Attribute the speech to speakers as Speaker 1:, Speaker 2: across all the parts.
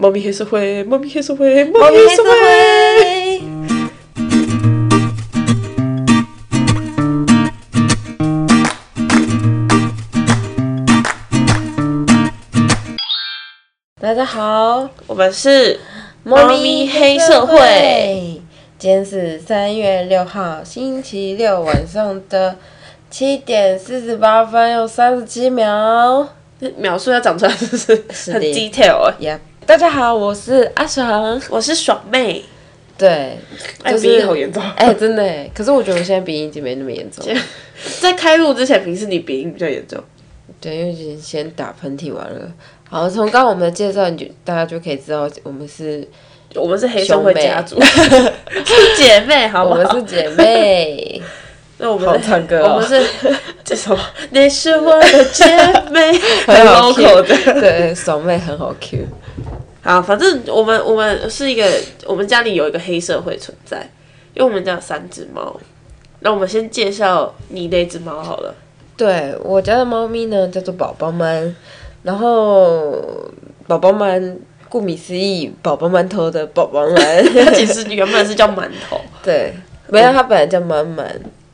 Speaker 1: 猫咪黑社会，猫咪黑社会，猫
Speaker 2: 猫
Speaker 1: 咪
Speaker 2: 咪
Speaker 1: 黑
Speaker 2: 黑
Speaker 1: 社
Speaker 2: 社
Speaker 1: 会。
Speaker 2: 会。
Speaker 1: 大家好，我们是
Speaker 2: 猫咪黑社会。今天是三月六号，星期六晚上的七点四十八分又三十七秒。
Speaker 1: 描述要讲出来是不是
Speaker 2: 是
Speaker 1: 很
Speaker 2: 的
Speaker 1: detail？哎
Speaker 2: Yep，大家好，我是阿爽。
Speaker 1: 我是爽妹，
Speaker 2: 对，
Speaker 1: 哎，鼻音好严重。
Speaker 2: 哎、真的哎，可是我觉得我现在鼻音已经没那么严重。
Speaker 1: 在开录之前，平时你鼻音比较严重。
Speaker 2: 对，因为已经先打喷嚏完了。好，从刚刚我们的介绍，你就大家就可以知道我们是
Speaker 1: 我们是黑社会
Speaker 2: 兄妹
Speaker 1: 家族，是姐妹，好
Speaker 2: 我
Speaker 1: 不
Speaker 2: 们
Speaker 1: 好
Speaker 2: 是？姐 妹。
Speaker 1: 那我们
Speaker 2: 好
Speaker 1: 是
Speaker 2: 唱歌
Speaker 1: 我
Speaker 2: 哦
Speaker 1: 们是这首《你是我的姐妹》， 很
Speaker 2: 好
Speaker 1: local 的。
Speaker 2: 对，爽妹很好 Q。
Speaker 1: 好，反正我们我们是一个，我们家里有一个黑社会存在，因为我们家有三只猫。那我们先介绍你那只猫好了，
Speaker 2: 对我家的猫咪呢叫做宝宝们，然后宝宝们顾名思义，宝宝馒头的宝宝
Speaker 1: 它其
Speaker 2: 们，
Speaker 1: 实原本是叫馒头，
Speaker 2: 对，没有它本来叫满满，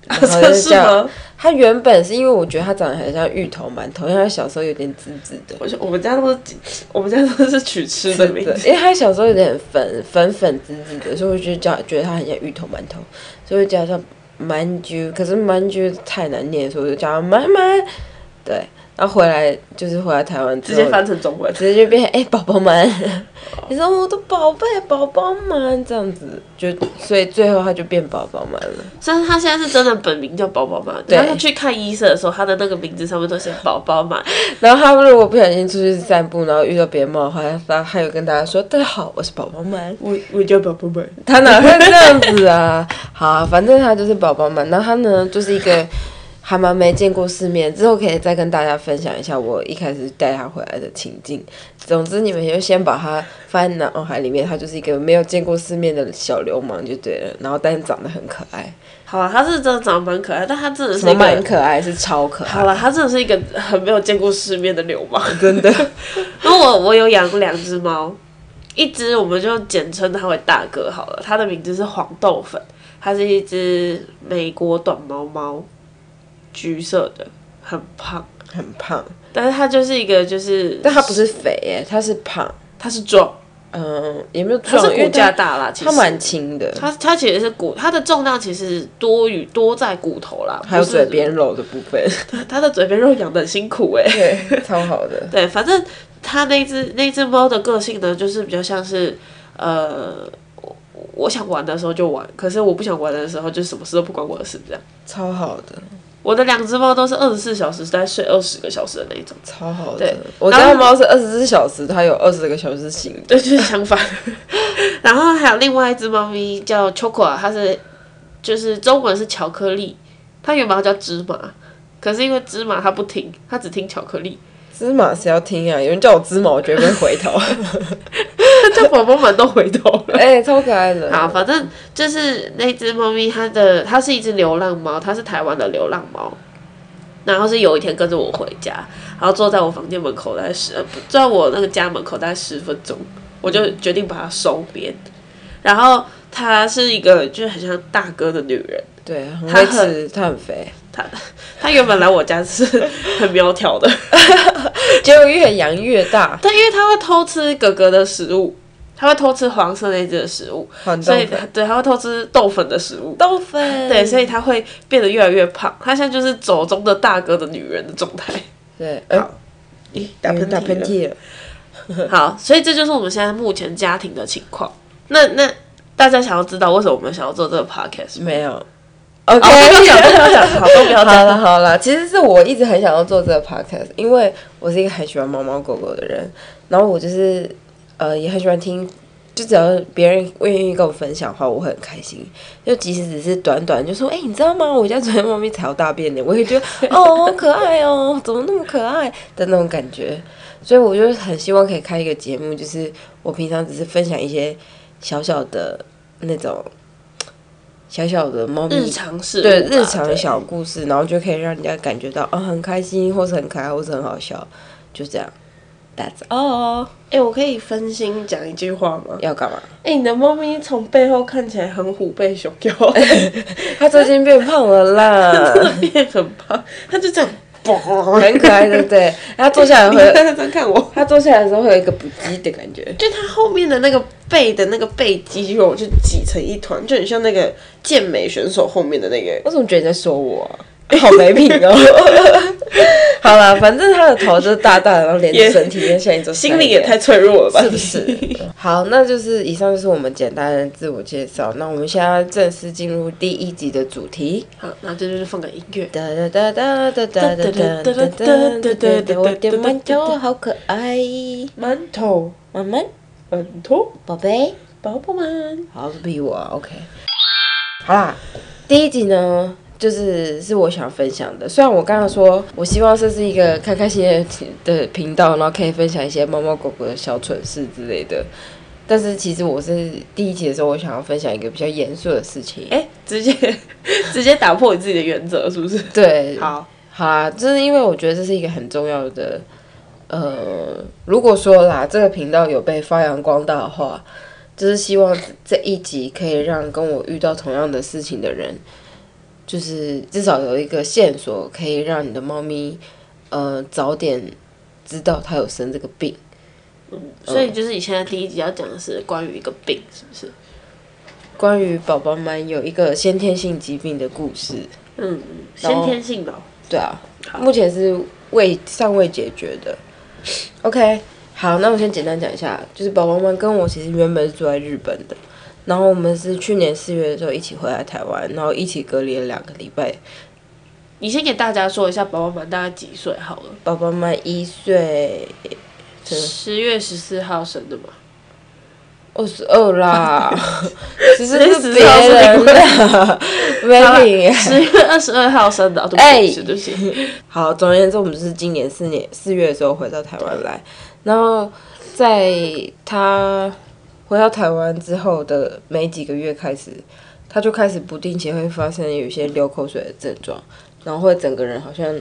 Speaker 2: 然后
Speaker 1: 这
Speaker 2: 就是叫
Speaker 1: 吗？
Speaker 2: 它原本是因为我觉得它长得很像芋头馒头，因为它小时候有点紫紫的，
Speaker 1: 我我们家都是我们家都是取吃的名
Speaker 2: 对，
Speaker 1: 字，
Speaker 2: 因为它小时候有点粉粉粉紫紫的，所以我就叫觉得它很像芋头馒头，所以我就叫它蛮啾，可是蛮啾太难念，所以我就叫它蛮蛮，对，然后回来就是回来台湾之
Speaker 1: 直
Speaker 2: 后
Speaker 1: 接翻成中文。
Speaker 2: 直接就变成哎宝宝们，你说我的宝贝宝宝们这样子，就所以最后他就变宝宝们了。
Speaker 1: 虽然它现在是真的本名叫宝宝嘛，
Speaker 2: 对
Speaker 1: 然后它去看医生的时候，它的那个名字上面都写宝宝嘛，
Speaker 2: 然后他如果不小心出去散步，然后遇到别人猫的话，他他有跟大家说大家好，我是宝宝们。
Speaker 1: 我我叫宝宝们，
Speaker 2: 他哪会这样子啊？好啊反正他就是宝宝们。然后他呢就是一个还蛮没见过世面，之后可以再跟大家分享一下我一开始带他回来的情境。总之你们就先把他放在脑海里面，他就是一个没有见过世面的小流氓就对了。然后但是长得很可爱，
Speaker 1: 好啊，它是真的长得蛮可爱，但它真的是
Speaker 2: 什么
Speaker 1: 一个
Speaker 2: 蛮可爱是超可爱，
Speaker 1: 好了，他真的是一个很没有见过世面的流氓。
Speaker 2: 真的。
Speaker 1: 然后我我有养两只猫，一只我们就简称它为大哥好了，它的名字是黄豆粉，它是一只美国短毛猫，橘色的，很胖，
Speaker 2: 很胖，
Speaker 1: 但是它就是一个就是，
Speaker 2: 但他不是肥耶、他是胖，
Speaker 1: 它是壮，
Speaker 2: 嗯，也没有
Speaker 1: 它
Speaker 2: 壮，
Speaker 1: 是
Speaker 2: 因
Speaker 1: 骨
Speaker 2: 为
Speaker 1: 架
Speaker 2: 他
Speaker 1: 大啦，其实
Speaker 2: 他蛮轻的，
Speaker 1: 它它其实是骨，它的重量其实多于多在骨头啦，
Speaker 2: 还有
Speaker 1: 不是
Speaker 2: 嘴，边肉的部分，
Speaker 1: 它的嘴边肉养的很辛苦 哎、
Speaker 2: 对，超好的。
Speaker 1: 对，反正它那只那只猫的个性呢，就是比较像是，呃，我我想玩的时候就玩，可是我不想玩的时候就什么事都不关我的事这样。
Speaker 2: 超好的，
Speaker 1: 我的两只猫都是二十四小时在睡二十个小时的那一种，
Speaker 2: 超好
Speaker 1: 对
Speaker 2: 的。我
Speaker 1: 然
Speaker 2: 家
Speaker 1: 后
Speaker 2: 的猫是二十四小时，它有二十个小时醒的。
Speaker 1: 对，就是相反。 然后还有另外一只猫咪叫 Choco，它是就是中文是巧克力，它原本要叫芝麻，可是因为芝麻它不听，它只听巧克力，
Speaker 2: 芝麻谁要听啊？有人叫我芝麻，我绝对会回头。
Speaker 1: 它叫宝宝们都回头了。
Speaker 2: 哎、超可爱的。
Speaker 1: 好，反正就是那只猫咪，它的它是一只流浪猫，它是台湾的流浪猫。然后是有一天跟着我回家，然后坐在我房间门口大概十，呃不坐在我那个家门口大概十分钟，我就决定把它收编。然后它是一个就是很像大哥的女人，
Speaker 2: 对，很
Speaker 1: 它
Speaker 2: 会
Speaker 1: 很
Speaker 2: 吃，它很肥，
Speaker 1: 她原本来我家是很苗条的，
Speaker 2: 结果越养越大，
Speaker 1: 但因为她会偷吃哥哥的食物，她会偷吃黄色那只的食物，
Speaker 2: 黄豆
Speaker 1: 所以
Speaker 2: 粉，
Speaker 1: 对她会偷吃豆粉的食物。
Speaker 2: 豆粉，
Speaker 1: 对，所以她会变得越来越胖。她现在就是走中的大哥的女人的状态。
Speaker 2: 对，哎、
Speaker 1: 好咦， 打
Speaker 2: 有
Speaker 1: 喷
Speaker 2: 人打喷
Speaker 1: 嚏
Speaker 2: 嚏了。
Speaker 1: 了。 好，所以这就是我们现在目前家庭的情况。那那大家想要知道为什么我们想要做这个 podcast 吗？
Speaker 2: 没有。
Speaker 1: 哦，不要
Speaker 2: OK，
Speaker 1: 讲，都不要 讲，好，都不要
Speaker 2: 好
Speaker 1: 讲。
Speaker 2: 了好了，其实是我一直很想要做这个 podcast，因为我是一个很喜欢猫猫狗狗的人，然后我就是呃也很喜欢听，就只要别人愿意跟我分享的话，我会很开心。就即使只是短短就说，哎、你知道吗？我家昨天猫咪踩到大便呢，我也觉得 哦好可爱哦，怎么那么可爱的那种感觉。所以我就很希望可以开一个节目，就是我平常只是分享一些小小的那种。小小的猫咪
Speaker 1: 日常事务
Speaker 2: 对
Speaker 1: 吧
Speaker 2: 日常小故事，哦然后就可以让人家感觉到啊、很开心，或是很可爱，或是很好笑，就这样。 That's all。
Speaker 1: 哎、我可以分心讲一句话吗？
Speaker 2: 要干嘛？
Speaker 1: 哎、你的猫咪从背后看起来很虎背熊腰，
Speaker 2: 它最近变胖了啦，
Speaker 1: 变很胖，它就这样， 嘣
Speaker 2: 很可爱，对不对？它坐下来
Speaker 1: 你
Speaker 2: 会，
Speaker 1: 在那张看我，
Speaker 2: 它坐下来的时候会有一个不羁的感觉。
Speaker 1: 就它后面的那个背的那个背肌肉就挤成一团，就很像那个健美选手后面的那个。
Speaker 2: 我怎么觉得你在说我啊、好没品哦！好啦，反正它的头就是大大的，然后连
Speaker 1: 也
Speaker 2: 身体跟像一座
Speaker 1: 心灵也
Speaker 2: 山一样
Speaker 1: 太脆弱了吧？
Speaker 2: 是不是？好，那就是以上就是我们简单的自我介绍。那我们现在正式进入第一集的主题。
Speaker 1: 好，然后这就是放个音乐。
Speaker 2: 哒哒哒哒哒哒哒哒哒哒哒哒哒，我的馒头好可爱，
Speaker 1: 馒头，
Speaker 2: 慢慢，
Speaker 1: 馒头，
Speaker 2: 宝贝，
Speaker 1: 宝宝们，
Speaker 2: 好，是比我啊 OK。好啦，第一集呢。就是是我想分享的，虽然我刚刚说，我希望这是一个开开心心的频道，然后可以分享一些猫猫狗狗的小蠢事之类的，但是其实我是第一集的时候，我想要分享一个比较严肃的事情。
Speaker 1: 哎、直接 直接打破你自己的原则，是不是？
Speaker 2: 对，
Speaker 1: 好，
Speaker 2: 好啦，就是因为我觉得这是一个很重要的，呃，如果说啦，这个频道有被发扬光大的话，就是希望这一集可以让跟我遇到同样的事情的人，就是至少有一个线索，可以让你的猫咪，呃，早点知道它有生这个病。
Speaker 1: 所以就是你现在第一集要讲的是关于一个病，是不是？
Speaker 2: 关于宝宝们有一个先天性疾病的故事，
Speaker 1: 嗯，
Speaker 2: 然
Speaker 1: 先
Speaker 2: 后
Speaker 1: 天性的哦、
Speaker 2: 对啊，
Speaker 1: 好
Speaker 2: 目前是未尚未解决的。OK，好，那我先简单讲一下，就是宝宝们跟我其实原本是住在日本的，然后我们是去年四月的时候一起回来台湾，然后一起隔离了两个礼拜。
Speaker 1: 你先给大家说一下宝宝们大概几岁好了？
Speaker 2: 宝宝们一岁
Speaker 1: 十月十四号生的嘛？
Speaker 2: 二十二啦，只是
Speaker 1: 只
Speaker 2: 是
Speaker 1: 是
Speaker 2: 别人的， 没品耶。
Speaker 1: 十月二十二号生的、哦，对
Speaker 2: 哎
Speaker 1: 不起，对不起，对不起。
Speaker 2: 好，总而言之，我们就是今年四年四月的时候回到台湾来，然后在他回到台湾之后的没几个月开始，他就开始不定期会发生有一些流口水的症状，然后会整个人好像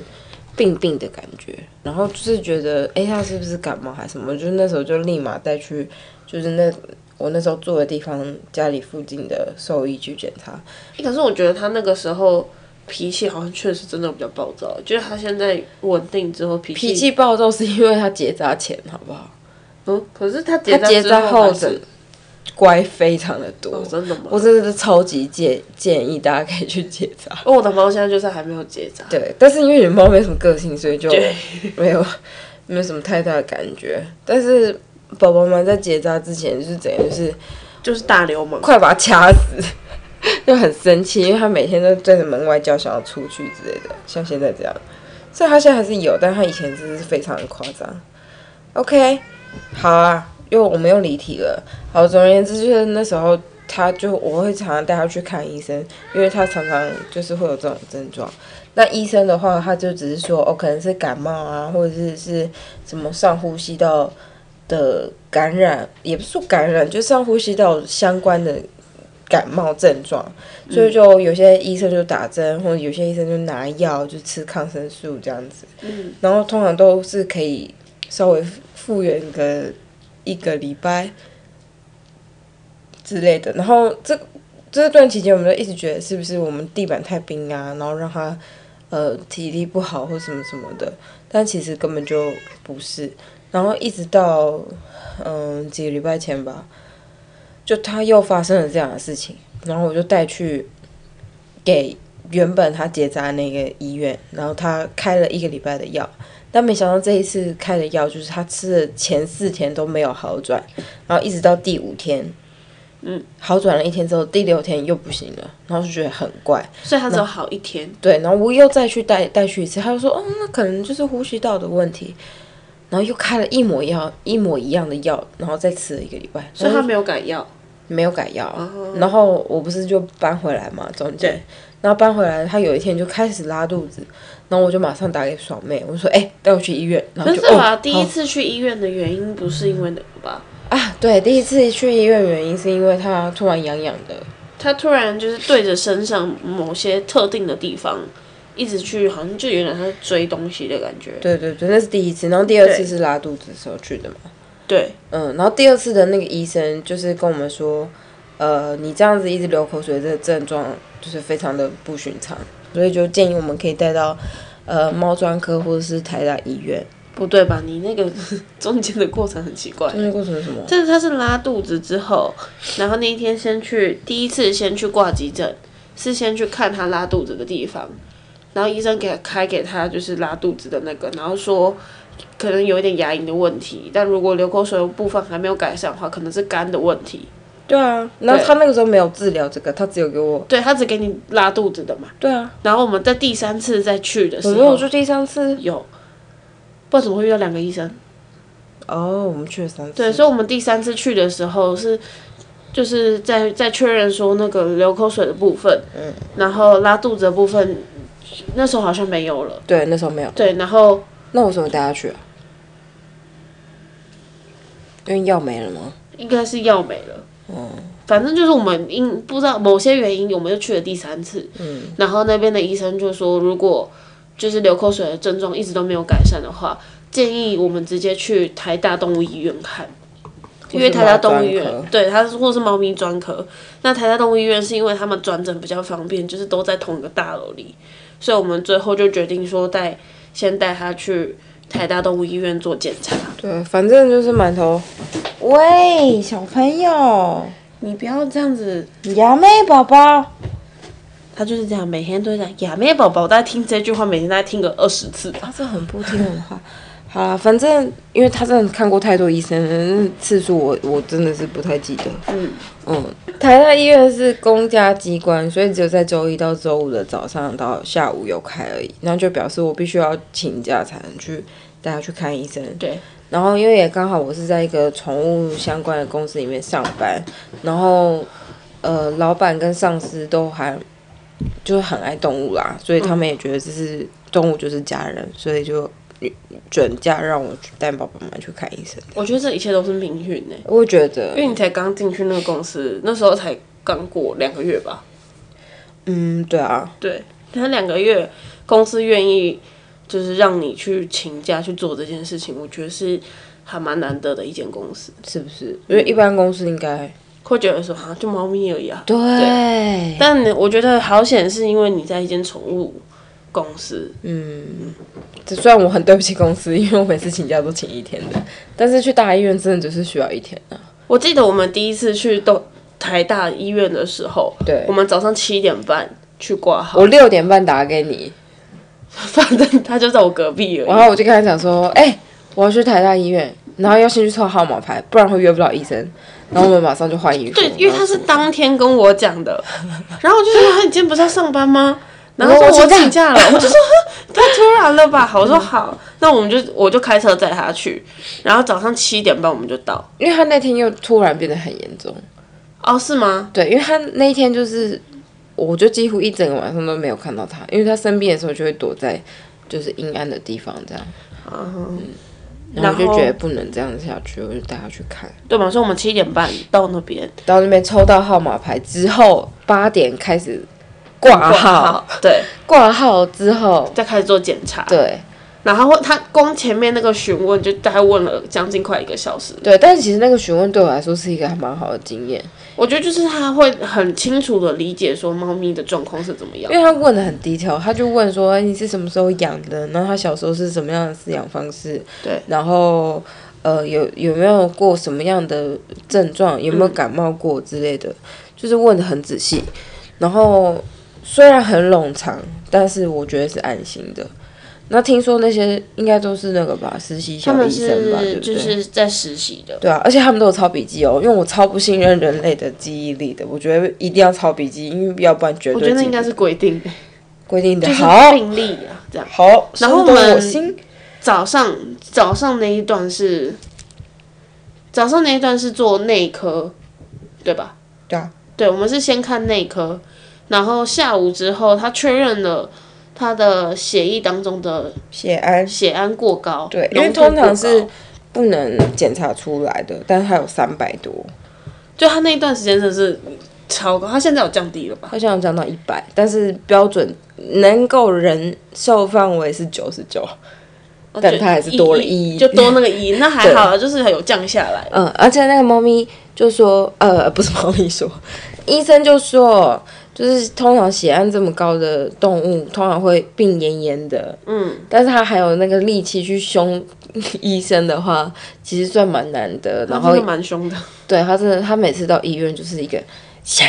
Speaker 2: 病病的感觉，然后就是觉得诶，他是不是感冒还是什么？就是那时候就立马带去，就是那我那时候住的地方家里附近的兽医去检查，
Speaker 1: 可是我觉得他那个时候脾气好像确实真的比较暴躁，就是他现在稳定之后脾气
Speaker 2: 脾气暴躁是因为他结扎前，好不好？
Speaker 1: 嗯，可是他结
Speaker 2: 他结
Speaker 1: 之
Speaker 2: 扎
Speaker 1: 后
Speaker 2: 后
Speaker 1: 还是
Speaker 2: 的乖非常的多，
Speaker 1: 哦，真的吗？
Speaker 2: 我真的是超级建建议大家可以去结扎。
Speaker 1: 哦，我的猫现在就是还没有结扎，
Speaker 2: 对，但是因为你猫没什么个性，所以就
Speaker 1: 对
Speaker 2: 没有 没有什么太大的感觉。但是宝宝们在结扎之前就是怎样，就是
Speaker 1: 就是大流氓。
Speaker 2: 快把它掐死， 就很生气，因为他每天都对着门外叫，想要出去之类的，像现在这样。虽然他现在还是有，但他以前真的是非常的夸张。OK，好啊，又我们又离题了。好，总而言之就是那时候，他就我会常常带他去看医生，因为他常常就是会有这种症状。那医生的话，他就只是说哦，可能是感冒啊，或者是是什么上呼吸道的感染，也不是说感染，就上呼吸道相关的感冒症状。所以就有些医生就打针，或者有些医生就拿药，就吃抗生素这样子。
Speaker 1: 嗯，
Speaker 2: 然后通常都是可以稍微复原个一个礼拜之类的。然后这这段期间，我们就一直觉得是不是我们地板太冰啊，然后让他呃体力不好或什么什么的，但其实根本就不是。然后一直到嗯、几个礼拜前吧，就他又发生了这样的事情，然后我就带去给原本他结扎那个医院，然后他开了一个礼拜的药，但没想到这一次开的药就是他吃了前四天都没有好转，然后一直到第五天，
Speaker 1: 嗯，
Speaker 2: 好转了一天之后，第六天又不行了，然后就觉得很怪，
Speaker 1: 所以他只有好一天，
Speaker 2: 对，然后我又再去带带去一次，他就说，哦，那可能就是呼吸道的问题，然后又开了一模一样一模一样的药，然后再吃了一个礼拜，
Speaker 1: 所以
Speaker 2: 然后
Speaker 1: 他没有敢要。
Speaker 2: 没有改药，然后我不是就搬回来嘛，中间
Speaker 1: 对，
Speaker 2: 然后搬回来，他有一天就开始拉肚子，然后我就马上打给爽妹，我说：“哎、带我去医院。”然后
Speaker 1: 可
Speaker 2: 就是哦
Speaker 1: 吧，第一
Speaker 2: 好
Speaker 1: 次去医院的原因不是因为那个吧？
Speaker 2: 啊，对，第一次去医院原因是因为他突然痒痒的，
Speaker 1: 他突然就是对着身上某些特定的地方一直去，好像就有点像追东西的感觉。
Speaker 2: 对对对，那是第一次，然后第二次
Speaker 1: 对
Speaker 2: 是拉肚子的时候去的嘛。
Speaker 1: 对，
Speaker 2: 嗯，然后第二次的那个医生就是跟我们说，呃，你这样子一直流口水，这个症状就是非常的不寻常，所以就建议我们可以带到呃猫专科或者是台大医院。
Speaker 1: 不对吧？你那个 中间的过程很奇怪。
Speaker 2: 中间过程是什么？
Speaker 1: 但是他是拉肚子之后，然后那一天先去第一次先去挂急诊，是先去看他拉肚子的地方，然后医生给开给他就是拉肚子的那个，然后说可能有一点牙龈的问题，但如果流口水的部分还没有改善的话，可能是肝的问题。
Speaker 2: 对啊，然后
Speaker 1: 对
Speaker 2: 他那个时候没有治疗这个，他只有给我。
Speaker 1: 对他只给你拉肚子的嘛，
Speaker 2: 对啊，
Speaker 1: 然后我们在第三次再去的时
Speaker 2: 我
Speaker 1: 候，
Speaker 2: 没有去第三次
Speaker 1: 有，不知道怎么会遇到两个医生。
Speaker 2: 哦，我们去了三次。
Speaker 1: 对，所以我们第三次去的时候是，就是在在确认说那个流口水的部分，嗯，然后拉肚子的部分，那时候好像没有了。
Speaker 2: 对，那时候没有。
Speaker 1: 对，然后
Speaker 2: 那我怎么带他去啊？因为药没了吗？
Speaker 1: 应该是药没了。反正就是我们因不知道某些原因，我们就去了第三次。嗯，然后那边的医生就说，如果就是流口水的症状一直都没有改善的话，建议我们直接去台大动物医院看。因为台大动物医
Speaker 2: 或是猫
Speaker 1: 院
Speaker 2: 专科，
Speaker 1: 对它是或是猫咪专科，那台大动物医院是因为他们转诊比较方便，就是都在同一个大楼里，所以我们最后就决定说带先带它去台大动物医院做检查。
Speaker 2: 对，反正就是馒头。喂，小朋友，
Speaker 1: 你不要这样子，
Speaker 2: 牙妹宝宝，
Speaker 1: 他就是这样，每天都在讲亚妹宝宝，大家听这句话，每天大概听个二十次吧。
Speaker 2: 他是很不听我的话。 好啦，反正因为他真的看过太多医生了，那次数我我真的是不太记得。
Speaker 1: 嗯
Speaker 2: 嗯，台大医院是公家机关，所以只有在周一到周五的早上到下午有开而已。然后就表示我必须要请假才能去带他去看医生。
Speaker 1: 对，
Speaker 2: 然后因为也刚好我是在一个宠物相关的公司里面上班，然后呃，老板跟上司都还就是很爱动物啦，所以他们也觉得这是动物就是家人，所以就准假让我去带爸爸妈妈去看医生。
Speaker 1: 我觉得这一切都是命运呢、
Speaker 2: 我觉得
Speaker 1: 因，为你才刚进去那个公司，那时候才刚过两个月吧。
Speaker 2: 嗯，对啊，
Speaker 1: 对，他两个月，公司愿意就是让你去请假去做这件事情，我觉得是还蛮难得的一间公司，
Speaker 2: 是不是？因为一般公司应该
Speaker 1: 会觉得说啊，就猫咪而已啊。
Speaker 2: 对
Speaker 1: 但我觉得好险是因为你在一间宠物公司，
Speaker 2: 这虽然我很对不起公司，因为我每次请假都请一天的，但是去大医院真的只是需要一天啊。
Speaker 1: 我记得我们第一次去东台大医院的时候，
Speaker 2: 对
Speaker 1: 我们早上七点半去挂号，
Speaker 2: 我六点半打给你，
Speaker 1: 反正他就在我隔壁而
Speaker 2: 然
Speaker 1: 已。
Speaker 2: 后我就跟他讲说，哎、我要去台大医院，然后要先去抽号码牌，不然会约不到医生。然后我们马上就换衣服。
Speaker 1: 对，因为他是当天跟我讲的，然后我就说：“啊你今天不是要上班吗？”然后
Speaker 2: 我
Speaker 1: 他说
Speaker 2: 我
Speaker 1: 我
Speaker 2: 请假
Speaker 1: 请假了，我就说呵太突然了吧。我说好，那我们就我就开车载他去，然后早上七点半我们就到。
Speaker 2: 因为他那天又突然变得很严重。
Speaker 1: 哦，是吗？
Speaker 2: 对，因为他那一天就是，我就几乎一整个晚上都没有看到他，因为他生病的时候就会躲在就是阴暗的地方这样，
Speaker 1: 嗯，
Speaker 2: 然
Speaker 1: 然
Speaker 2: 后我就
Speaker 1: 后
Speaker 2: 觉得不能这样下去，我就带他去看。
Speaker 1: 对嘛，所以我们七点半到那边
Speaker 2: 到那边抽到号码牌之后，八点开始挂号，，
Speaker 1: 对，
Speaker 2: 挂号之后，
Speaker 1: 再开始做检查。
Speaker 2: 对
Speaker 1: 然后他光前面那个询问就大概问了将近快一个小时，
Speaker 2: 对，但是其实那个询问对我来说是一个还蛮好的经验。
Speaker 1: 我觉得就是他会很清楚的理解说猫咪的状况是怎么样
Speaker 2: 因。为他问的很低调，他就问说哎你是什么时候养的，然后他小时候是什么样的饲养方式，
Speaker 1: 对，
Speaker 2: 然后呃有有没有过什么样的症状，有没有感冒过之类的，就是问的很仔细。然后虽然很冗长，但是我觉得是安心的。那听说那些应该都是那个吧，实习
Speaker 1: 他
Speaker 2: 小
Speaker 1: 们
Speaker 2: 医生吧，对
Speaker 1: 是
Speaker 2: 不
Speaker 1: 就
Speaker 2: 对？
Speaker 1: 是在实习的，
Speaker 2: 对啊，而且他们都有抄笔记哦，因为我超不信任人类的记忆力的，我觉得一定要抄笔记，因为要不然绝
Speaker 1: 我觉
Speaker 2: 对
Speaker 1: 得那
Speaker 2: 记
Speaker 1: 应
Speaker 2: 不
Speaker 1: 该是规定，
Speaker 2: 规定的
Speaker 1: 就是
Speaker 2: 好。
Speaker 1: 病例啊这样。
Speaker 2: 好，
Speaker 1: 然后
Speaker 2: 深得
Speaker 1: 我
Speaker 2: 我
Speaker 1: 们
Speaker 2: 心
Speaker 1: 早上早上那一段是早上那一段是做内科，对吧？
Speaker 2: 对啊，
Speaker 1: 对，我们是先看内科，然后下午之后他确认了他的血液当中的
Speaker 2: 血氨
Speaker 1: 血氨过高，
Speaker 2: 对，因
Speaker 1: 浓
Speaker 2: 为
Speaker 1: 度
Speaker 2: 通常
Speaker 1: 过
Speaker 2: 是
Speaker 1: 高
Speaker 2: 不能检查出来的，但是它有三百多，
Speaker 1: 就他那一段时间真的是超高，它现在有降低了吧？
Speaker 2: 好像有涨到一百，但是标准能够忍受范围是九十九，但它还是多了一
Speaker 1: 就多那个一，那还好啊，就是有降下来。
Speaker 2: 嗯，而且那个猫咪就说，呃，不是猫咪说，医生就说，就是通常血氨这么高的动物，通常会病恹恹的，嗯，但是它还有那个力气去凶医生的话，其实算蛮难得。
Speaker 1: 它
Speaker 2: 然后
Speaker 1: 真的蛮凶的，
Speaker 2: 对它真的，它每次到医院就是一个吓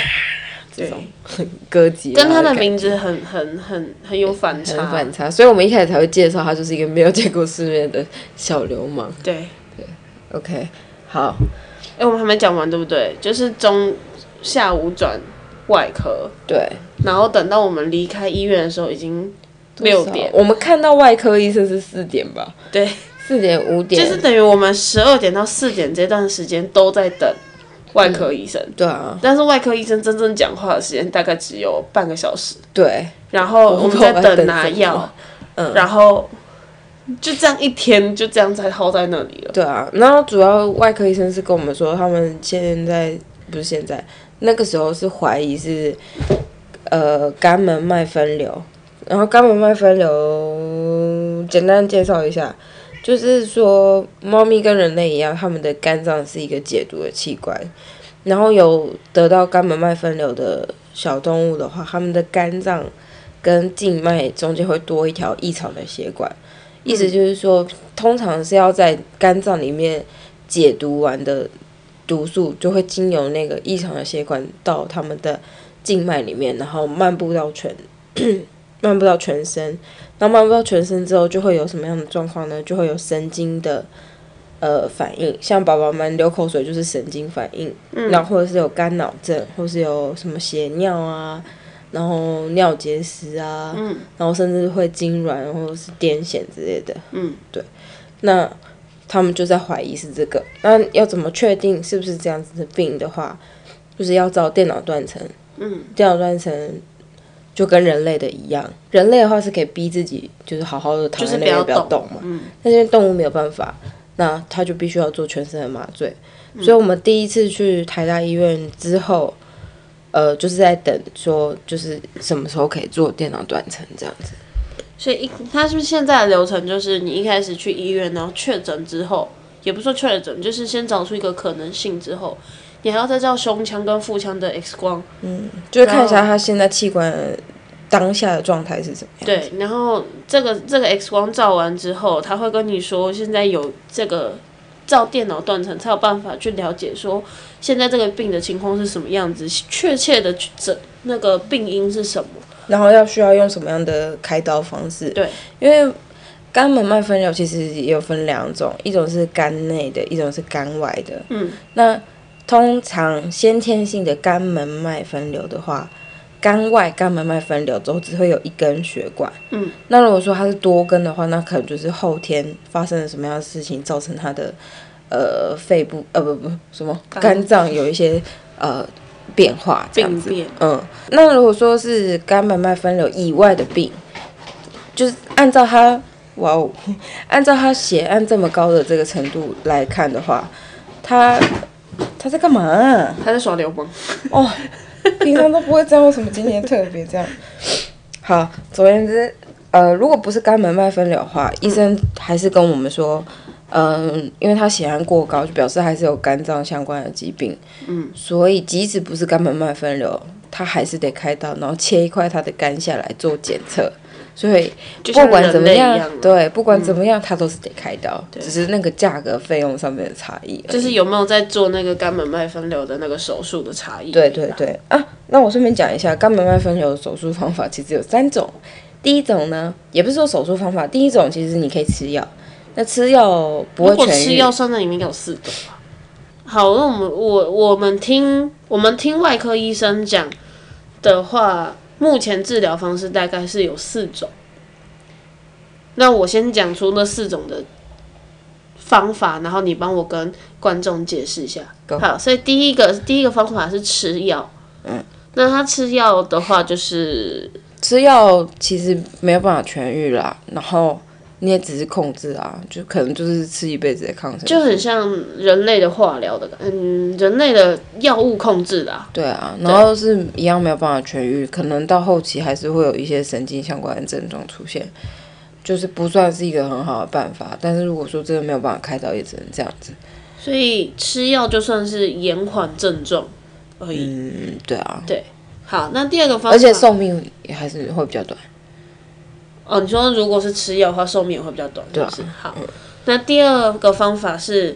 Speaker 2: 这种歌姬，
Speaker 1: 跟它的名字很很很很有反
Speaker 2: 很
Speaker 1: 差。
Speaker 2: 反差，所以我们一开始才会介绍它就是一个没有见过世面的小流氓。
Speaker 1: 对，
Speaker 2: OK，好，
Speaker 1: 哎、我们还没讲完，对不对？就是中下午转外科，
Speaker 2: 对。
Speaker 1: 然后等到我们离开医院的时候已经六点，
Speaker 2: 我们看到外科医生是四点吧？
Speaker 1: 对，
Speaker 2: 四点五点，
Speaker 1: 就是等于我们十二点到四点这段时间都在等外科医生。
Speaker 2: 对啊，
Speaker 1: 但是外科医生真正讲话的时间大概只有半个小时，
Speaker 2: 对，
Speaker 1: 然后
Speaker 2: 我
Speaker 1: 我
Speaker 2: 不知
Speaker 1: 们
Speaker 2: 道
Speaker 1: 在
Speaker 2: 我在等
Speaker 1: 拿
Speaker 2: 什么
Speaker 1: 药，
Speaker 2: 嗯
Speaker 1: 然后就这样一天就这样在耗在那里了。
Speaker 2: 对啊。然后主要外科医生是跟我们说，他们现在不是现在，那个时候是怀疑是呃肝门脉分流，然后肝门脉分流，简单介绍一下。就是说，猫咪跟人类一样，它们的肝脏是一个解毒的器官，然后有得到肝门脉分流的小动物的话，它们的肝脏跟静脉中间会多一条异常的血管，意思就是说，通常是要在肝脏里面解毒完的毒素，就会经由那个异常的血管到它们的静脉里面，然后漫步到全漫步到全身，然后漫步到全身之后，就会有什么样的状况呢？就会有神经的。呃，反应像宝宝们流口水就是神经反应，然后或者是有干脑症，或是有什么血尿啊，然后尿结石啊，然后甚至会痉挛，或者是癫痫之类的。
Speaker 1: 嗯，
Speaker 2: 对。那他们就在怀疑是这个。那要怎么确定是不是这样子的病的话，就是要照电脑断层。嗯，电脑断层就跟人类的一样，人类的话是可以逼自己就是好好的躺在
Speaker 1: 就
Speaker 2: 那
Speaker 1: 是
Speaker 2: 边
Speaker 1: 不要
Speaker 2: 不要
Speaker 1: 动嗯
Speaker 2: 动嘛。但是因为动物没有办法，那它就必须要做全身的麻醉。
Speaker 1: 嗯
Speaker 2: 所以我们第一次去台大医院之后。呃，就是在等说，就是什么时候可以做电脑断层这样子。
Speaker 1: 所以一他是不是现在的流程就是你一开始去医院，然后确诊之后，也不说确诊，就是先找出一个可能性之后，你还要再照胸腔跟腹腔的 X 光，
Speaker 2: 就是看一下他现在器官当下的状态是怎么样。
Speaker 1: 对，然后这个这个 X 光照完之后，他会跟你说现在有这个照电脑断层才有办法去了解说现在这个病的情况是什么样子，确切的去诊那个病因是什么。
Speaker 2: 然后要需要用什么样的开刀方式？
Speaker 1: 对，
Speaker 2: 因为肝门脉分流其实也有分两种，一种是肝内的，一种是肝外的。
Speaker 1: 嗯，
Speaker 2: 那通常先天性的肝门脉分流的话，肝外肝门脉分流之后只会有一根血管。
Speaker 1: 嗯，
Speaker 2: 那如果说它是多根的话，那可能就是后天发生了什么样的事情，造成它的呃肺部呃不不什么
Speaker 1: 肝
Speaker 2: 肝脏有一些呃变化这样
Speaker 1: 病
Speaker 2: 子。
Speaker 1: 变，
Speaker 2: 嗯，那如果说是肝门脉分流以外的病，就是按照他，哇哦， 按照他血按这么高的这个程度来看的话，他他在干嘛啊、
Speaker 1: 他在耍流氓。
Speaker 2: 哦， 平常都不会这样，为什么今天特别这样？好，总而言之，呃，如果不是肝门脉分流的话，医生还是跟我们说，嗯、因为他血氨过高，就表示还是有肝脏相关的疾病，嗯，所以即使不是肝门脉分流，他还是得开刀，然后切一块他的肝下来做检测，所以
Speaker 1: 就像
Speaker 2: 不管怎么
Speaker 1: 人类
Speaker 2: 样，嗯
Speaker 1: 一样啊
Speaker 2: 对，不管怎么样，他都是得开刀，只是那个价格费用上面的差异而已，
Speaker 1: 就是有没有在做那个肝门脉分流的那个手术的差异？
Speaker 2: 对对对啊！那我顺便讲一下，肝门脉分流的手术方法其实有三种。第一种呢，也不是说手术方法，第一种其实你可以吃药，那吃药不会
Speaker 1: 如果
Speaker 2: 痊
Speaker 1: 吃
Speaker 2: 愈。
Speaker 1: 药算在里面应该有四种吧。好，那我们我我们听我们听外科医生讲的话，目前治疗方式大概是有四种。那我先讲出那四种的方法，然后你帮我跟观众解释一下。
Speaker 2: Go
Speaker 1: 好，所以第一个第一个方法是吃药。嗯，那他吃药的话，就是
Speaker 2: 吃药其实没有办法痊愈啦，然后你也只是控制啊，就可能就是吃一辈子的抗生素，
Speaker 1: 就很像人类的化疗的感，嗯，人类的药物控制的、啊，
Speaker 2: 对啊，然后是一样没有办法痊愈，可能到后期还是会有一些神经相关的症状出现，就是不算是一个很好的办法。但是如果说真的没有办法开刀，也只能这样子。
Speaker 1: 所以吃药就算是延缓症状而已。
Speaker 2: 嗯，对啊，
Speaker 1: 好，那第二个方法，
Speaker 2: 而且寿命也还是会比较短。
Speaker 1: 哦，你说如果是吃药的话，寿命也会比较短，是
Speaker 2: 对啊
Speaker 1: 不是？好，那第二个方法是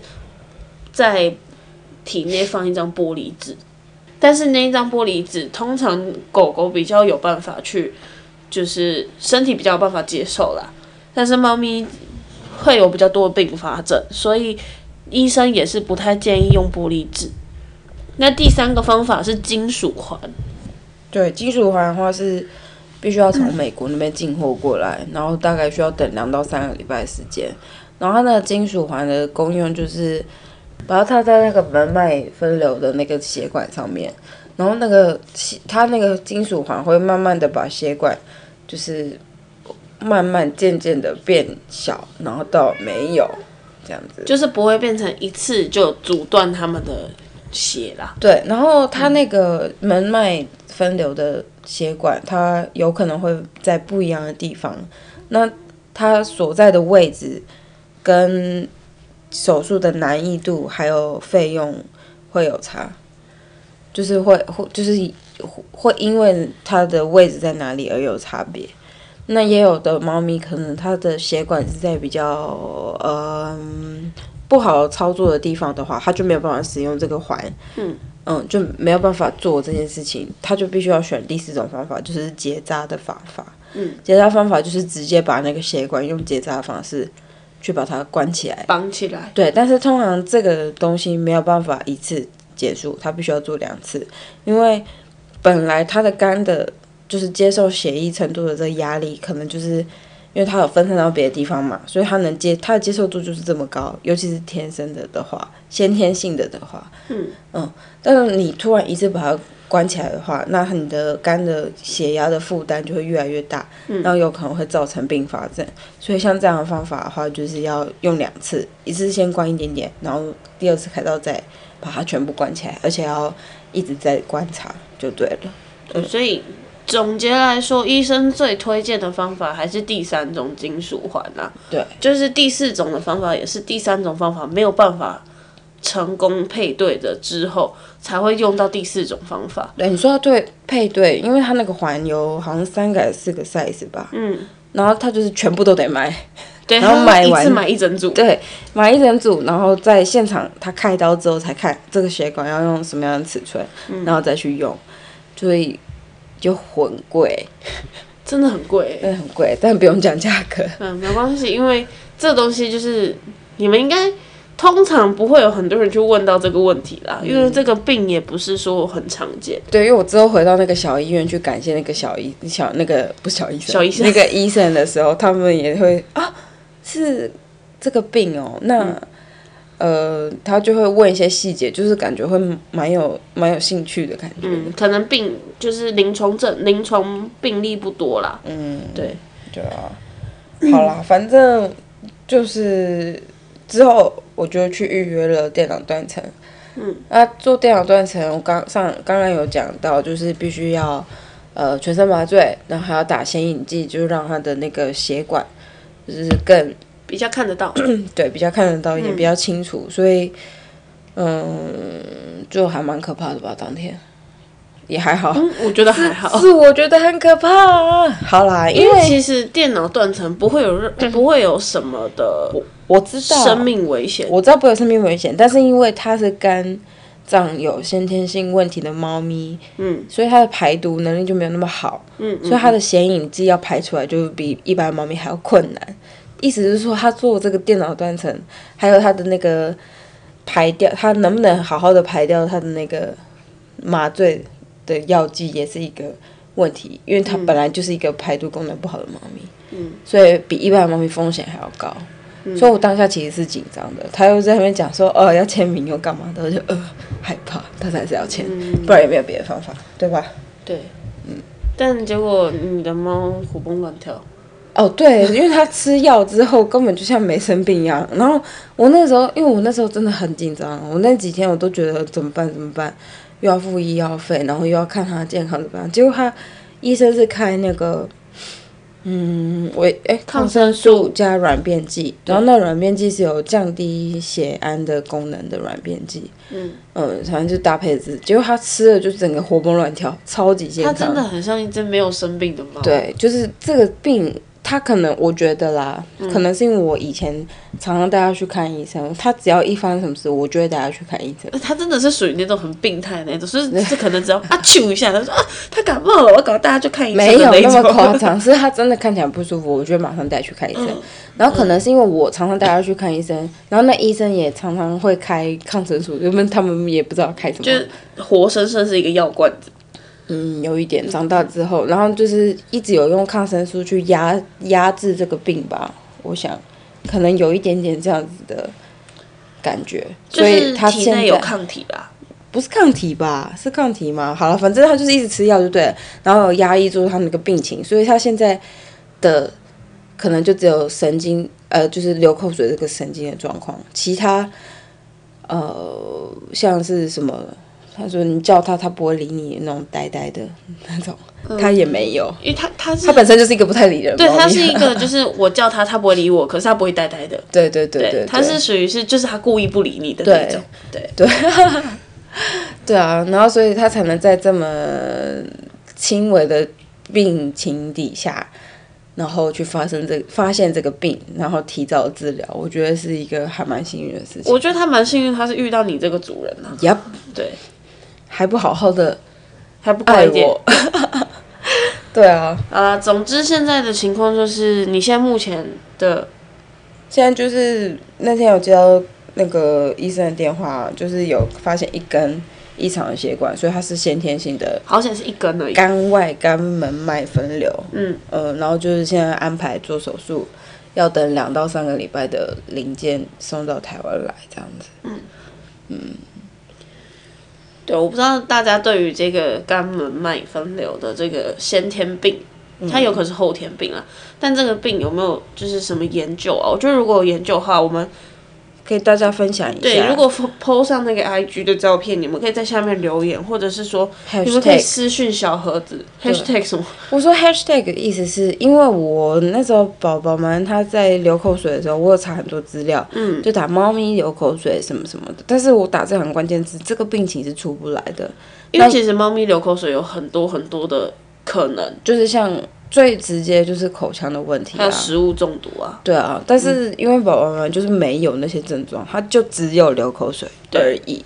Speaker 1: 在体内放一张玻璃纸，但是那一张玻璃纸通常狗狗比较有办法去，就是身体比较有办法接受啦，但是猫咪会有比较多的并发症，所以医生也是不太建议用玻璃纸。那第三个方法是金属环，
Speaker 2: 对，金属环的话是必须要从美国那边进货过来，然后大概需要等两到三个礼拜的时间。然后它那个金属环的功用就是把它套在那个门脉分流的那个血管上面，然后那个血它那个金属环会慢慢的把血管就是慢慢渐渐的变小，然后到没有这样子。
Speaker 1: 就是不会变成一次就阻断它们的血啦。
Speaker 2: 对，然后它那个门脉分流的血管，它有可能会在不一样的地方。那它所在的位置跟手术的难易度还有费用会有差，就是会会就是会因为它的位置在哪里而有差别。那也有的猫咪可能它的血管是在比较嗯不好操作的地方的话，它就没有办法使用这个环，
Speaker 1: 嗯
Speaker 2: 嗯，就没有办法做这件事情，它就必须要选第四种方法，就是结扎的方法。
Speaker 1: 嗯，
Speaker 2: 结扎方法就是直接把那个血管用结扎的方式去把它关起来。
Speaker 1: 绑起来。
Speaker 2: 对，但是通常这个东西没有办法一次结束，它必须要做两次，因为本来它的肝的，就是接受血液程度的这个压力，可能就是因为它有分散到别的地方嘛，所以它能接它的接受度就是这么高，尤其是天生的的话，先天性的的话，
Speaker 1: 嗯
Speaker 2: 嗯，但是你突然一次把它关起来的话，那你的肝的血压的负担就会越来越大，
Speaker 1: 嗯
Speaker 2: 然后有可能会造成并发症。所以像这样的方法的话，就是要用两次，一次先关一点点，然后第二次开刀再把它全部关起来，而且要一直在观察就对了。
Speaker 1: 呃所以总结来说，医生最推荐的方法还是第三种金属环啊。
Speaker 2: 对，
Speaker 1: 就是第四种的方法，也是第三种方法没有办法成功配对的之后，才会用到第四种方法。
Speaker 2: 对，你说到对配对，因为它那个环有好像三个还是四个 size 吧，
Speaker 1: 嗯，
Speaker 2: 然后它就是全部都得买。
Speaker 1: 对，
Speaker 2: 然后
Speaker 1: 它
Speaker 2: 买
Speaker 1: 一
Speaker 2: 完
Speaker 1: 次买一整组。
Speaker 2: 对，买一整组，然后在现场他开刀之后才看这个血管要用什么样的尺寸，然后再去用，所以就很贵，
Speaker 1: 真的很贵、欸。
Speaker 2: 真的很贵，但不用讲价格。
Speaker 1: 嗯，没关系，因为这东西就是你们应该通常不会有很多人去问到这个问题啦，
Speaker 2: 嗯
Speaker 1: 因为这个病也不是说很常见。
Speaker 2: 对，因为我之后回到那个小医院去感谢那个小医小那个不是小医生，
Speaker 1: 小医生
Speaker 2: 那个医生的时候，他们也会啊，是这个病哦，那。
Speaker 1: 嗯
Speaker 2: 呃，他就会问一些细节，就是感觉会蛮有蛮有兴趣的感觉。
Speaker 1: 嗯，可能病就是临床症，临床病例不多啦。
Speaker 2: 嗯，
Speaker 1: 对，
Speaker 2: 对啊，好啦，反正就是之后我就去预约了电脑断层。嗯，那做电脑断层，我刚上刚刚有讲到，就是必须要呃全身麻醉，然后还要打显影剂，就是让他的那个血管就是更
Speaker 1: 比较看得到。
Speaker 2: 对比较看得到一点，比较清楚，所以嗯，就还蛮可怕的吧，当天也还好。
Speaker 1: 嗯，我觉得还好，
Speaker 2: 是我觉得很可怕、啊。好啦，因
Speaker 1: 因为
Speaker 2: 为
Speaker 1: 其实电脑断层不会有任不会有什么的
Speaker 2: 我嗯知道
Speaker 1: 生命危险。
Speaker 2: 我知道不会有生命危险，但是因为它是肝脏有先天性问题的猫咪，
Speaker 1: 嗯
Speaker 2: 所以它的排毒能力就没有那么好，
Speaker 1: 嗯
Speaker 2: 所以它的显影剂要排出来就比一般猫咪还要困难。意思是说，它做这个电脑断层，还有它的那个排掉，它能不能好好的排掉它的那个麻醉的药剂，也是一个问题，因为它本来就是一个排毒功能不好的猫咪，
Speaker 1: 嗯，
Speaker 2: 所以比一般的猫咪风险还要高。所以我当下其实是紧张的，他又在那边讲说，呃，要签名又干嘛的，我就呃害怕，但是还是要签，不然也没有别的方法，对吧？
Speaker 1: 对，但结果你的猫活蹦乱跳，
Speaker 2: 哦，对，因为他吃药之后根本就像没生病一样。然后我那时候，因为我那时候真的很紧张，我那几天我都觉得怎么办怎么办，又要付医药费，然后又要看他的健康怎么样。结果他医生是开那个，嗯，维哎
Speaker 1: 抗
Speaker 2: 抗
Speaker 1: 生
Speaker 2: 生
Speaker 1: 素
Speaker 2: 素加软便剂，然后那软便剂是有降低血氨的功能的软便剂。
Speaker 1: 嗯
Speaker 2: 嗯，反正就搭配着吃，结果他吃了就整个活蹦乱跳，超级健
Speaker 1: 它
Speaker 2: 康。
Speaker 1: 真的很像一只没有生病的猫。，
Speaker 2: 对，就是这个病，他可能我觉得啦，
Speaker 1: 嗯
Speaker 2: 可能是因为我以前常常带他去看医生，他只要一发生什么事，我就会带他去看医生。
Speaker 1: 它真的是属于那种很病态的那种，就是这可能只要啊啾一下，他说啊它感冒了，我搞大家就看医生
Speaker 2: 没有
Speaker 1: 的一
Speaker 2: 那
Speaker 1: 种。
Speaker 2: 么夸张，是他真的看起来不舒服，我就会马上带去看医生。然后可能是因为我常常带他去看医生，然后那医生也常常会开抗生素，原本他们也不知道开什么。
Speaker 1: 就是活生生是一个药罐子，
Speaker 2: 嗯，有一点。长大之后，然后就是一直有用抗生素去压压制这个病吧。我想，可能有一点点这样子的感觉，
Speaker 1: 就
Speaker 2: 所以
Speaker 1: 是
Speaker 2: 他
Speaker 1: 体
Speaker 2: 现
Speaker 1: 内有
Speaker 2: 在
Speaker 1: 抗体啦。
Speaker 2: 不是抗体吧？是抗体吗？好了，反正他就是一直吃药就对了，然后有压抑住他那个病情，所以他现在的可能就只有神经呃，就是流口水这个神经的状况，其他呃像是什么，他说你叫他他不会理你那种呆呆的那种，他也没有，
Speaker 1: 因为它它是
Speaker 2: 他本身就是一个不太理人的
Speaker 1: 嗯对
Speaker 2: 猫咪，
Speaker 1: 它是一个就是我叫它它不会理我，可是它不会呆呆的，
Speaker 2: 对对对对，
Speaker 1: 它是属于是就是它故意不理你的那种。对，
Speaker 2: 对啊，然后所以他才能在这么轻微的病情底下，然后去发生这发现这个病，然后提早治疗，我觉得是一个还蛮幸运的事情。
Speaker 1: 我觉得它蛮幸运，它是遇到你这个主人啊，
Speaker 2: 呀，
Speaker 1: 对，
Speaker 2: 还不好好的
Speaker 1: 还不快
Speaker 2: 爱
Speaker 1: 一点。
Speaker 2: 哎我。 对啊，
Speaker 1: 啊，总之现在的情况就是，你现在目前的
Speaker 2: 现在就是那天有接到那个医生的电话，就是有发现一根异常的血管，所以它是先天性的
Speaker 1: 好险是一根而已。
Speaker 2: 肝外肝门脉分流，
Speaker 1: 嗯
Speaker 2: 呃，然后就是现在安排做手术，要等两到三个礼拜的零件送到台湾来，这样子。
Speaker 1: 对，我不知道大家对于这个肝门脉分流的这个先天病，
Speaker 2: 嗯
Speaker 1: 它有可能是后天病啊，但这个病有没有就是什么研究啊？我觉得如果有研究的话，我们
Speaker 2: 可以大家分享一下。
Speaker 1: 对如果 po- PO 上那个 IG 的照片，你们可以在下面留言，或者是说你们可以
Speaker 2: hashtag，
Speaker 1: 私讯小盒子 hashtag 什么？
Speaker 2: 我说 hashtag 的意思是因为我那时候宝宝们他在流口水的时候，我有查很多资料，
Speaker 1: 嗯，
Speaker 2: 就打猫咪流口水什么什么的，但是我打这行关键字，这个病情是出不来的，
Speaker 1: 因为其实猫咪流口水有很多很多的可能，
Speaker 2: 就是像最直接就是口腔的问题
Speaker 1: 还有
Speaker 2: 啊。
Speaker 1: 食物中毒啊。
Speaker 2: 对啊，但是因为宝宝们就是没有那些症状，他就只有流口水而已。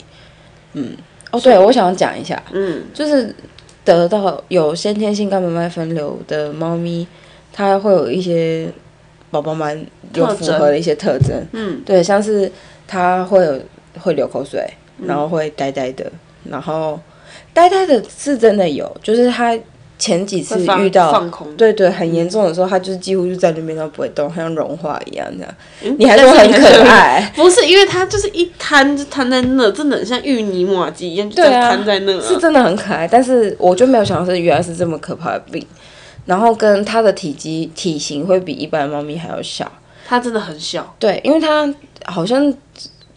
Speaker 2: 嗯，哦，对，我想讲一下，
Speaker 1: 嗯，
Speaker 2: 就是得到有先天性肝门脉分流的猫咪，它会有一些宝宝们有
Speaker 1: 特
Speaker 2: 符
Speaker 1: 征
Speaker 2: 合的一些特征。
Speaker 1: 嗯，
Speaker 2: 对，像是它会有会流口水，然后会呆呆的，然后呆呆的是真的有，就是它前几次
Speaker 1: 会发
Speaker 2: 遇到
Speaker 1: 放空，
Speaker 2: 对对，很严重的时候，它就是几乎就在那边，它不会动，像融化一样这样。
Speaker 1: 嗯
Speaker 2: 你还
Speaker 1: 但
Speaker 2: 说
Speaker 1: 是
Speaker 2: 很
Speaker 1: 你还
Speaker 2: 可
Speaker 1: 是
Speaker 2: 爱，
Speaker 1: 不是，因为它就是一摊就摊在那，真的很像芋泥马鸡一样，就这
Speaker 2: 对
Speaker 1: 样
Speaker 2: 啊
Speaker 1: 摊在那、啊
Speaker 2: 是真的很可爱，但是我就没有想到是原来是这么可怕的病。然后跟它的体积体型会比一般的猫咪还要小，
Speaker 1: 它真的很小，
Speaker 2: 对，因为它好像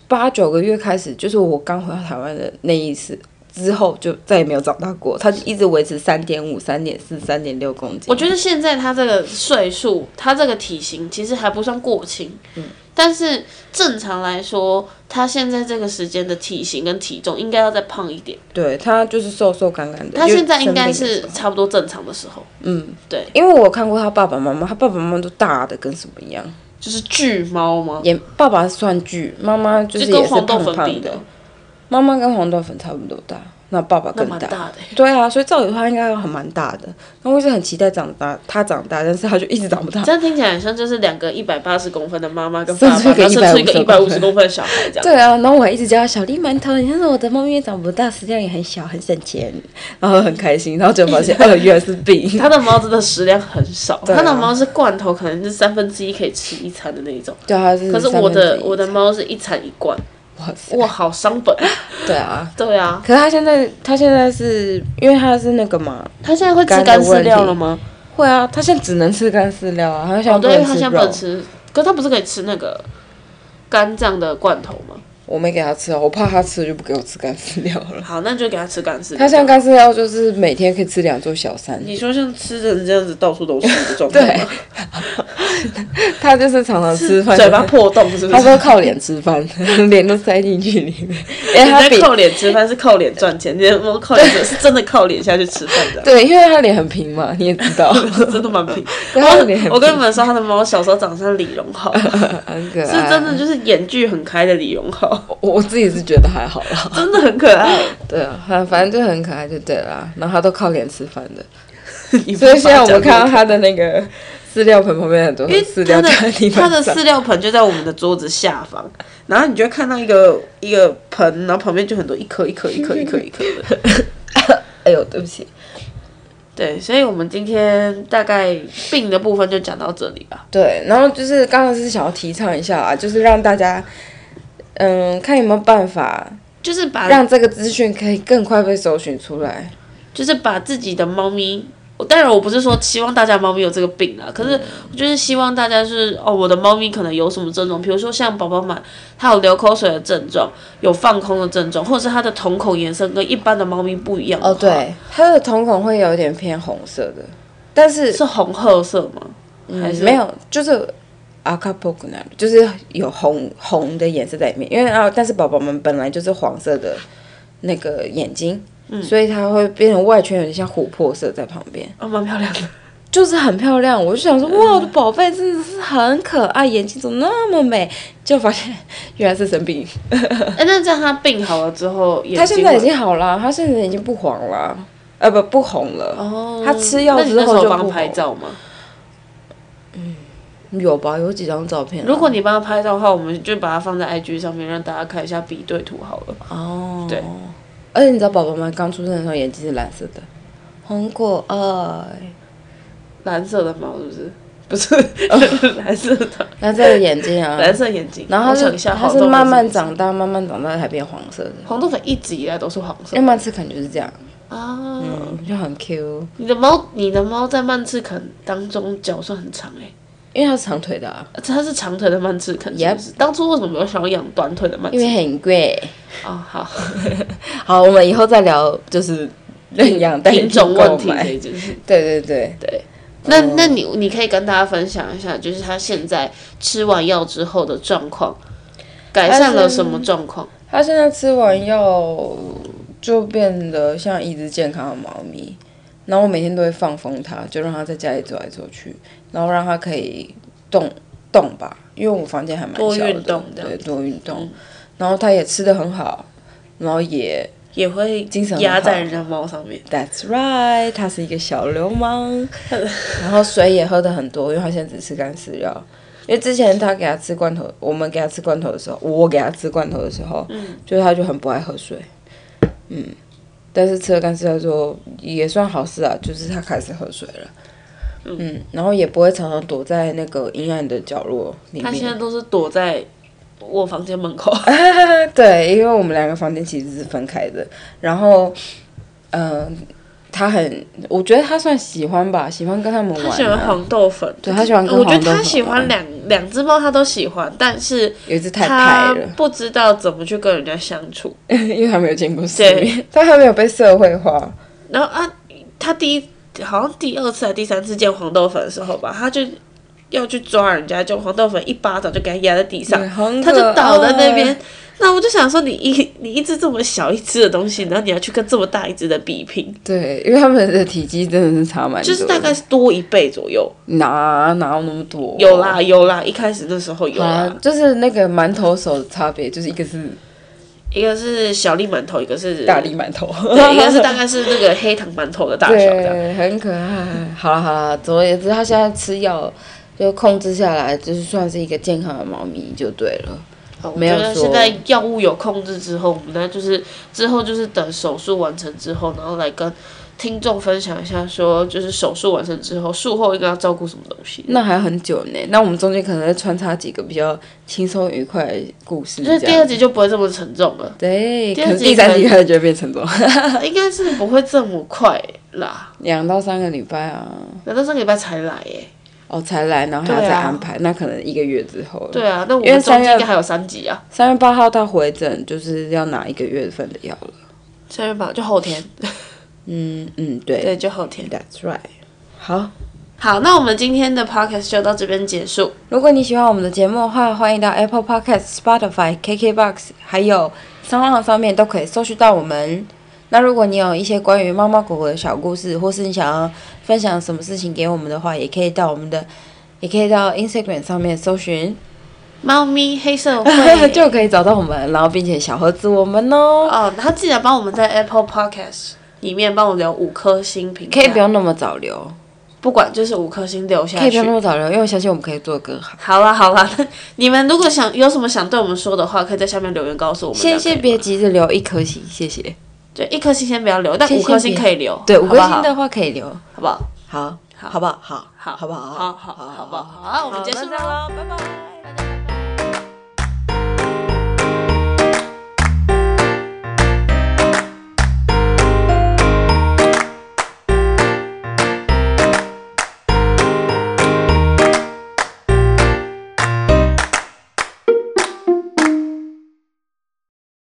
Speaker 2: 八九个月开始，就是我刚回到台湾的那一次之后，就再也没有长大过，它就一直维持三点五、三点四、三点六公斤。
Speaker 1: 我觉得现在它这个岁数，它这个体型其实还不算过轻，嗯，但是正常来说，它现在这个时间的体型跟体重应该要再胖一点，
Speaker 2: 对它就是瘦瘦干干的，
Speaker 1: 它
Speaker 2: 就
Speaker 1: 现在应
Speaker 2: 生病
Speaker 1: 该
Speaker 2: 的时
Speaker 1: 是
Speaker 2: 候
Speaker 1: 差不多正常的时候，
Speaker 2: 嗯，
Speaker 1: 对，
Speaker 2: 因为我看过他爸爸妈妈，他爸爸妈妈都大的跟什么一样，
Speaker 1: 就是巨猫吗？
Speaker 2: 也爸爸算巨，妈妈就
Speaker 1: 就是跟
Speaker 2: 也是
Speaker 1: 黄豆
Speaker 2: 胖
Speaker 1: 粉比
Speaker 2: 胖的，，妈妈跟黄豆粉差不多大，那爸爸
Speaker 1: 那
Speaker 2: 更
Speaker 1: 蛮
Speaker 2: 大。
Speaker 1: 大的欸、
Speaker 2: 对啊，所以照理的话应该要很蛮大的。那我一直很期待长大，他长大，但是他就一直长不大。
Speaker 1: 这样听起来很像就是两个一百八十公分的妈妈跟爸
Speaker 2: 生
Speaker 1: 爸，
Speaker 2: 出一个
Speaker 1: 然后生出一个一
Speaker 2: 150
Speaker 1: 百五十公分的小孩这样。
Speaker 2: 对啊，然后我还一直叫他小丽馒头，你看我的猫咪也长不大，食量也很小，很省钱，然后很开心，然后就发现，哦，原来是 病。
Speaker 1: 它的猫真的食量很少，
Speaker 2: 对
Speaker 1: 它、
Speaker 2: 啊
Speaker 1: 的猫是罐头，可能是三分之一可以吃一餐的那一种。
Speaker 2: 对啊，是
Speaker 1: 可是
Speaker 2: 三分
Speaker 1: 我的
Speaker 2: 之一
Speaker 1: 我的，猫是一餐一罐，
Speaker 2: 哇塞，
Speaker 1: 哇，好伤本。
Speaker 2: 对啊。
Speaker 1: 对啊，
Speaker 2: 可是他现在，他现在是因为他是那个嘛，
Speaker 1: 它现在会吃
Speaker 2: 干
Speaker 1: 干
Speaker 2: 的
Speaker 1: 饲
Speaker 2: 问
Speaker 1: 料
Speaker 2: 题
Speaker 1: 了吗？
Speaker 2: 会啊，它现在只能吃干饲料啊，它现在
Speaker 1: 哦，
Speaker 2: 不
Speaker 1: 对，因为
Speaker 2: 能
Speaker 1: 它
Speaker 2: 吃
Speaker 1: 现在不
Speaker 2: 肉
Speaker 1: 能。吃，可是它不是可以吃那个肝脏的罐头吗？
Speaker 2: 我没给它吃啊，我怕它吃了就不给我吃干饲料了。
Speaker 1: 好，那就给它吃干饲料。
Speaker 2: 它现在干饲料就是每天可以吃两座小山，
Speaker 1: 你说像吃成这样子到处都是的状态
Speaker 2: 对
Speaker 1: 吗，
Speaker 2: 它就是常常吃饭，
Speaker 1: 嘴 巴破洞是不
Speaker 2: 它
Speaker 1: 是？
Speaker 2: 都靠脸吃饭，脸都塞进去里面。哎、
Speaker 1: 你
Speaker 2: 它比
Speaker 1: 在靠脸吃饭是靠脸赚钱，你我靠脸是真的靠脸下去吃饭的，
Speaker 2: 对，因为它脸很平嘛，你也知 道，
Speaker 1: 真的蛮 平。
Speaker 2: 它的脸很平
Speaker 1: 我跟你们说，他的猫小时候长得像李荣浩，
Speaker 2: 很可爱。
Speaker 1: 是真的，就是眼距很开的李荣浩，
Speaker 2: 啊我我自己是觉得还好 啦。
Speaker 1: 真的很可爱。
Speaker 2: 对啊，反反正就很可爱就对啦。然后它都靠脸吃饭的，
Speaker 1: 你不
Speaker 2: 所以现在
Speaker 1: 要
Speaker 2: 我
Speaker 1: 讲
Speaker 2: 们
Speaker 1: 这个
Speaker 2: 看到它的那个饲料盆旁边很多
Speaker 1: 因为
Speaker 2: 饲料
Speaker 1: 它的
Speaker 2: 在地
Speaker 1: 它的
Speaker 2: 板上。
Speaker 1: 饲料盆就在我们的桌子下方，然后你就会看到一个一个盆，然后旁边就很多一颗一颗一颗一颗一颗 的。
Speaker 2: 哎呦，对不起。
Speaker 1: 对，所以我们今天大概病的部分就讲到这里吧。
Speaker 2: 对，然后就是刚刚是想要提倡一下啊，就是让大家，嗯，看有没有办法
Speaker 1: 就是把
Speaker 2: 让这个资讯可以更快被搜寻出来。
Speaker 1: 就是把自己的猫咪，我当然我不是说希望大家猫咪有这个病啦，可是
Speaker 2: 嗯
Speaker 1: 我就是希望大家是哦，我的猫咪可能有什么症状，比如说像宝宝满，它有流口水的症状，有放空的症状，或者是它的瞳孔颜色跟一般的猫咪不一样的
Speaker 2: 哦，
Speaker 1: 话
Speaker 2: 对，它的瞳孔会有一点偏红色的，但是
Speaker 1: 是红褐色吗？还
Speaker 2: 嗯，
Speaker 1: 是
Speaker 2: 没有，就是阿卡波克那就是有红红的颜色在里面，因为啊，但是宝宝们本来就是黄色的那个眼睛，所以它会变成外圈有点像琥珀色在旁边，
Speaker 1: 哦，蛮漂亮的。
Speaker 2: 就是很漂亮。我就想说，哇，我的宝贝真的是很可爱，眼睛怎么那么美？就发现原来是生 病，
Speaker 1: 哎、那这样它病好了之后，眼睛
Speaker 2: 它现在已
Speaker 1: 会
Speaker 2: 经好了，它现在已经不黄了，呃，不不红了，
Speaker 1: 哦，
Speaker 2: 它吃药
Speaker 1: 那你
Speaker 2: 之
Speaker 1: 那时
Speaker 2: 后
Speaker 1: 候
Speaker 2: 就
Speaker 1: 帮
Speaker 2: 不
Speaker 1: 它拍
Speaker 2: 红
Speaker 1: 照吗？
Speaker 2: 有吧？有几张照片啊、
Speaker 1: 如果你帮它拍照的话，我们就把它放在 IG 上面，让大家看一下比对图好了。
Speaker 2: 哦，
Speaker 1: 对。
Speaker 2: 而且你知道，宝宝们刚出生的时候眼睛是蓝色的，很可爱。
Speaker 1: 蓝色的猫是不是？ 不是蓝色的
Speaker 2: 蓝色的眼睛 啊，
Speaker 1: 蓝色眼睛，
Speaker 2: 哦嗯然后
Speaker 1: 我
Speaker 2: 它
Speaker 1: 想
Speaker 2: 是
Speaker 1: 一下，
Speaker 2: 它
Speaker 1: 黄
Speaker 2: 是
Speaker 1: 豆粉
Speaker 2: 慢
Speaker 1: 不
Speaker 2: 慢长大，慢慢长大才变黄色的。
Speaker 1: 黄豆粉一直以来都是黄色
Speaker 2: 要慢吃啃就是这样，
Speaker 1: 啊。
Speaker 2: 嗯，就很 Q，
Speaker 1: 你的猫，你的猫在曼赤肯当中脚算很长哎、
Speaker 2: 因为它是长腿的、啊，
Speaker 1: 而且它是长腿的曼赤肯，也是当初为什么没有想要养短腿的曼
Speaker 2: 因
Speaker 1: 赤
Speaker 2: 为很贵。
Speaker 1: 肯？哦， 好，
Speaker 2: 好，我们以后再聊，就是认养代替
Speaker 1: 品种问题
Speaker 2: 购买嗯
Speaker 1: 这一件事。
Speaker 2: 对对对，
Speaker 1: 那那你你可以跟大家分享一下，就是他现在吃完药之后的状况，改善了什么状况？
Speaker 2: 它现在吃完药就变得像一只健康的猫咪，然后我每天都会放风它，就让它在家里走来走去，然后让它可以动动吧，因为我房间还蛮
Speaker 1: 多
Speaker 2: 小的，
Speaker 1: 运动这样
Speaker 2: 对，多运动，然后它也吃的很好，然后也
Speaker 1: 也会
Speaker 2: 精神很好
Speaker 1: 压在人家猫上面，
Speaker 2: That's right，它是一个小流氓，然后水也喝的很多，因为它现在只吃干饲料。因为之前它给它吃罐头，我们给它吃罐头的时候，我给它吃罐头的时候，
Speaker 1: 嗯
Speaker 2: 就是它就很不爱喝水，嗯，但是吃了干饲料之后也算好事啊，就是它开始喝水了，嗯然后也不会常常躲在那个阴暗的角落里
Speaker 1: 他现在
Speaker 2: 面，
Speaker 1: 都是躲在我房间门 口。
Speaker 2: 对，因为我们两个房间其实是分开的，然后，嗯、他很，我觉得他算喜欢吧，喜欢跟他们玩、啊。
Speaker 1: 他喜欢黄豆粉，
Speaker 2: 对他喜欢跟
Speaker 1: 我觉
Speaker 2: 黄豆
Speaker 1: 得
Speaker 2: 粉
Speaker 1: 他喜欢两两只猫，他都喜欢，但是
Speaker 2: 有一只太
Speaker 1: 他
Speaker 2: 派了，
Speaker 1: 不知道怎么去跟人家相处。
Speaker 2: 因为他没有见过世面
Speaker 1: 对，
Speaker 2: 他还没有被社会化。
Speaker 1: 然后啊，他第一好像第二次还第三次见黄豆粉的时候吧，他就要去抓人家，就黄豆粉一巴掌就给他压在地上，
Speaker 2: 很哎
Speaker 1: 他就
Speaker 2: 可爱
Speaker 1: 倒在那
Speaker 2: 哦
Speaker 1: 边。那我就想说，你一你一只这么小一只的东西，然后你要去跟这么大一只的比拼，
Speaker 2: 对，因为他们的体积真的是差蛮多的，
Speaker 1: 就是大概是多一倍左右。
Speaker 2: 哪哪有那么多？
Speaker 1: 有啦有啦，一开始那时候有啦，
Speaker 2: 哦啊，就是那个馒头手的差别，就是一个是
Speaker 1: 一个是小粒馒头，一个是
Speaker 2: 大力馒头，
Speaker 1: 对，应该是大概是那个黑糖馒头的大小这样。
Speaker 2: 对，很可爱。好了好了，总而言之，它现在吃药就控制下来，就是算是一个健康的猫咪就对了。
Speaker 1: 好
Speaker 2: 没有
Speaker 1: 我觉得
Speaker 2: 说
Speaker 1: 现在药物有控制之后，我们呢就是之后就是等手术完成之后，然后来跟听众分享一下说，就是手术完成之后，术后应该要照顾什么东西？
Speaker 2: 那还很久呢。那我们中间可能会穿插几个比较轻松愉快的故事，
Speaker 1: 就是
Speaker 2: 这
Speaker 1: 第
Speaker 2: 样
Speaker 1: 二集就不会这么沉重了，
Speaker 2: 对，
Speaker 1: 第二
Speaker 2: 可能
Speaker 1: 集
Speaker 2: 第三
Speaker 1: 可
Speaker 2: 集
Speaker 1: 能
Speaker 2: 开始就会变沉重，
Speaker 1: 应该是不会这么快啦。
Speaker 2: 两到三个礼拜啊，
Speaker 1: 难道上个礼拜才来耶、
Speaker 2: 哦才来，然后还要
Speaker 1: 对啊
Speaker 2: 再安排，那可能一个月之后了。
Speaker 1: 对啊，那我
Speaker 2: 因为
Speaker 1: 们
Speaker 2: 三
Speaker 1: 中
Speaker 2: 月
Speaker 1: 间应该还有三集啊，
Speaker 2: 三月八号到回诊就是要拿一个月份的药了。
Speaker 1: 三月吧，就后天，
Speaker 2: 嗯嗯，对
Speaker 1: 对，就后天。
Speaker 2: ，That's right。好，
Speaker 1: 好，那我们今天的 podcast 就到这边结束。
Speaker 2: 如果你喜欢我们的节目的话，欢迎到 Apple Podcast、Spotify、KKBox 还有 s o u n 上面都可以搜寻到我们。那如果你有一些关于猫猫狗狗的小故事，或是你想要分享什么事情给我们的话，也可以到我们的，也可以到 Instagram 上面搜寻，
Speaker 1: 猫咪黑社会
Speaker 2: 就可以找到我们，然后并且小盒子我们哦，
Speaker 1: 哦，然后记得帮我们在 Apple Podcast 里面帮我留五颗星评价，
Speaker 2: 可以不用那么早留，
Speaker 1: 不管就是五颗星留
Speaker 2: 可
Speaker 1: 下
Speaker 2: 以不用那
Speaker 1: 去。
Speaker 2: 么早留，因为我相信我们可以做得更好。
Speaker 1: 好啦好啦， 那你们如果想有什么想对我们说的话，可以在下面留言告诉我们。
Speaker 2: 先先
Speaker 1: 这样可以
Speaker 2: 别
Speaker 1: 吗，
Speaker 2: 急着留一颗星，谢谢。
Speaker 1: 就一颗星先不要留，但
Speaker 2: 先
Speaker 1: 五颗星
Speaker 2: 先别
Speaker 1: 可以留，
Speaker 2: 对，五颗
Speaker 1: 哦好不
Speaker 2: 星
Speaker 1: 好
Speaker 2: 的话可以留，
Speaker 1: 好不好？
Speaker 2: 好，
Speaker 1: 好
Speaker 2: 好不好？好，
Speaker 1: 好
Speaker 2: 好不好？
Speaker 1: 好好好好不好？好，我们结束
Speaker 2: 那这
Speaker 1: 了
Speaker 2: 样
Speaker 1: 哦。
Speaker 2: 咯，拜拜。
Speaker 1: 拜拜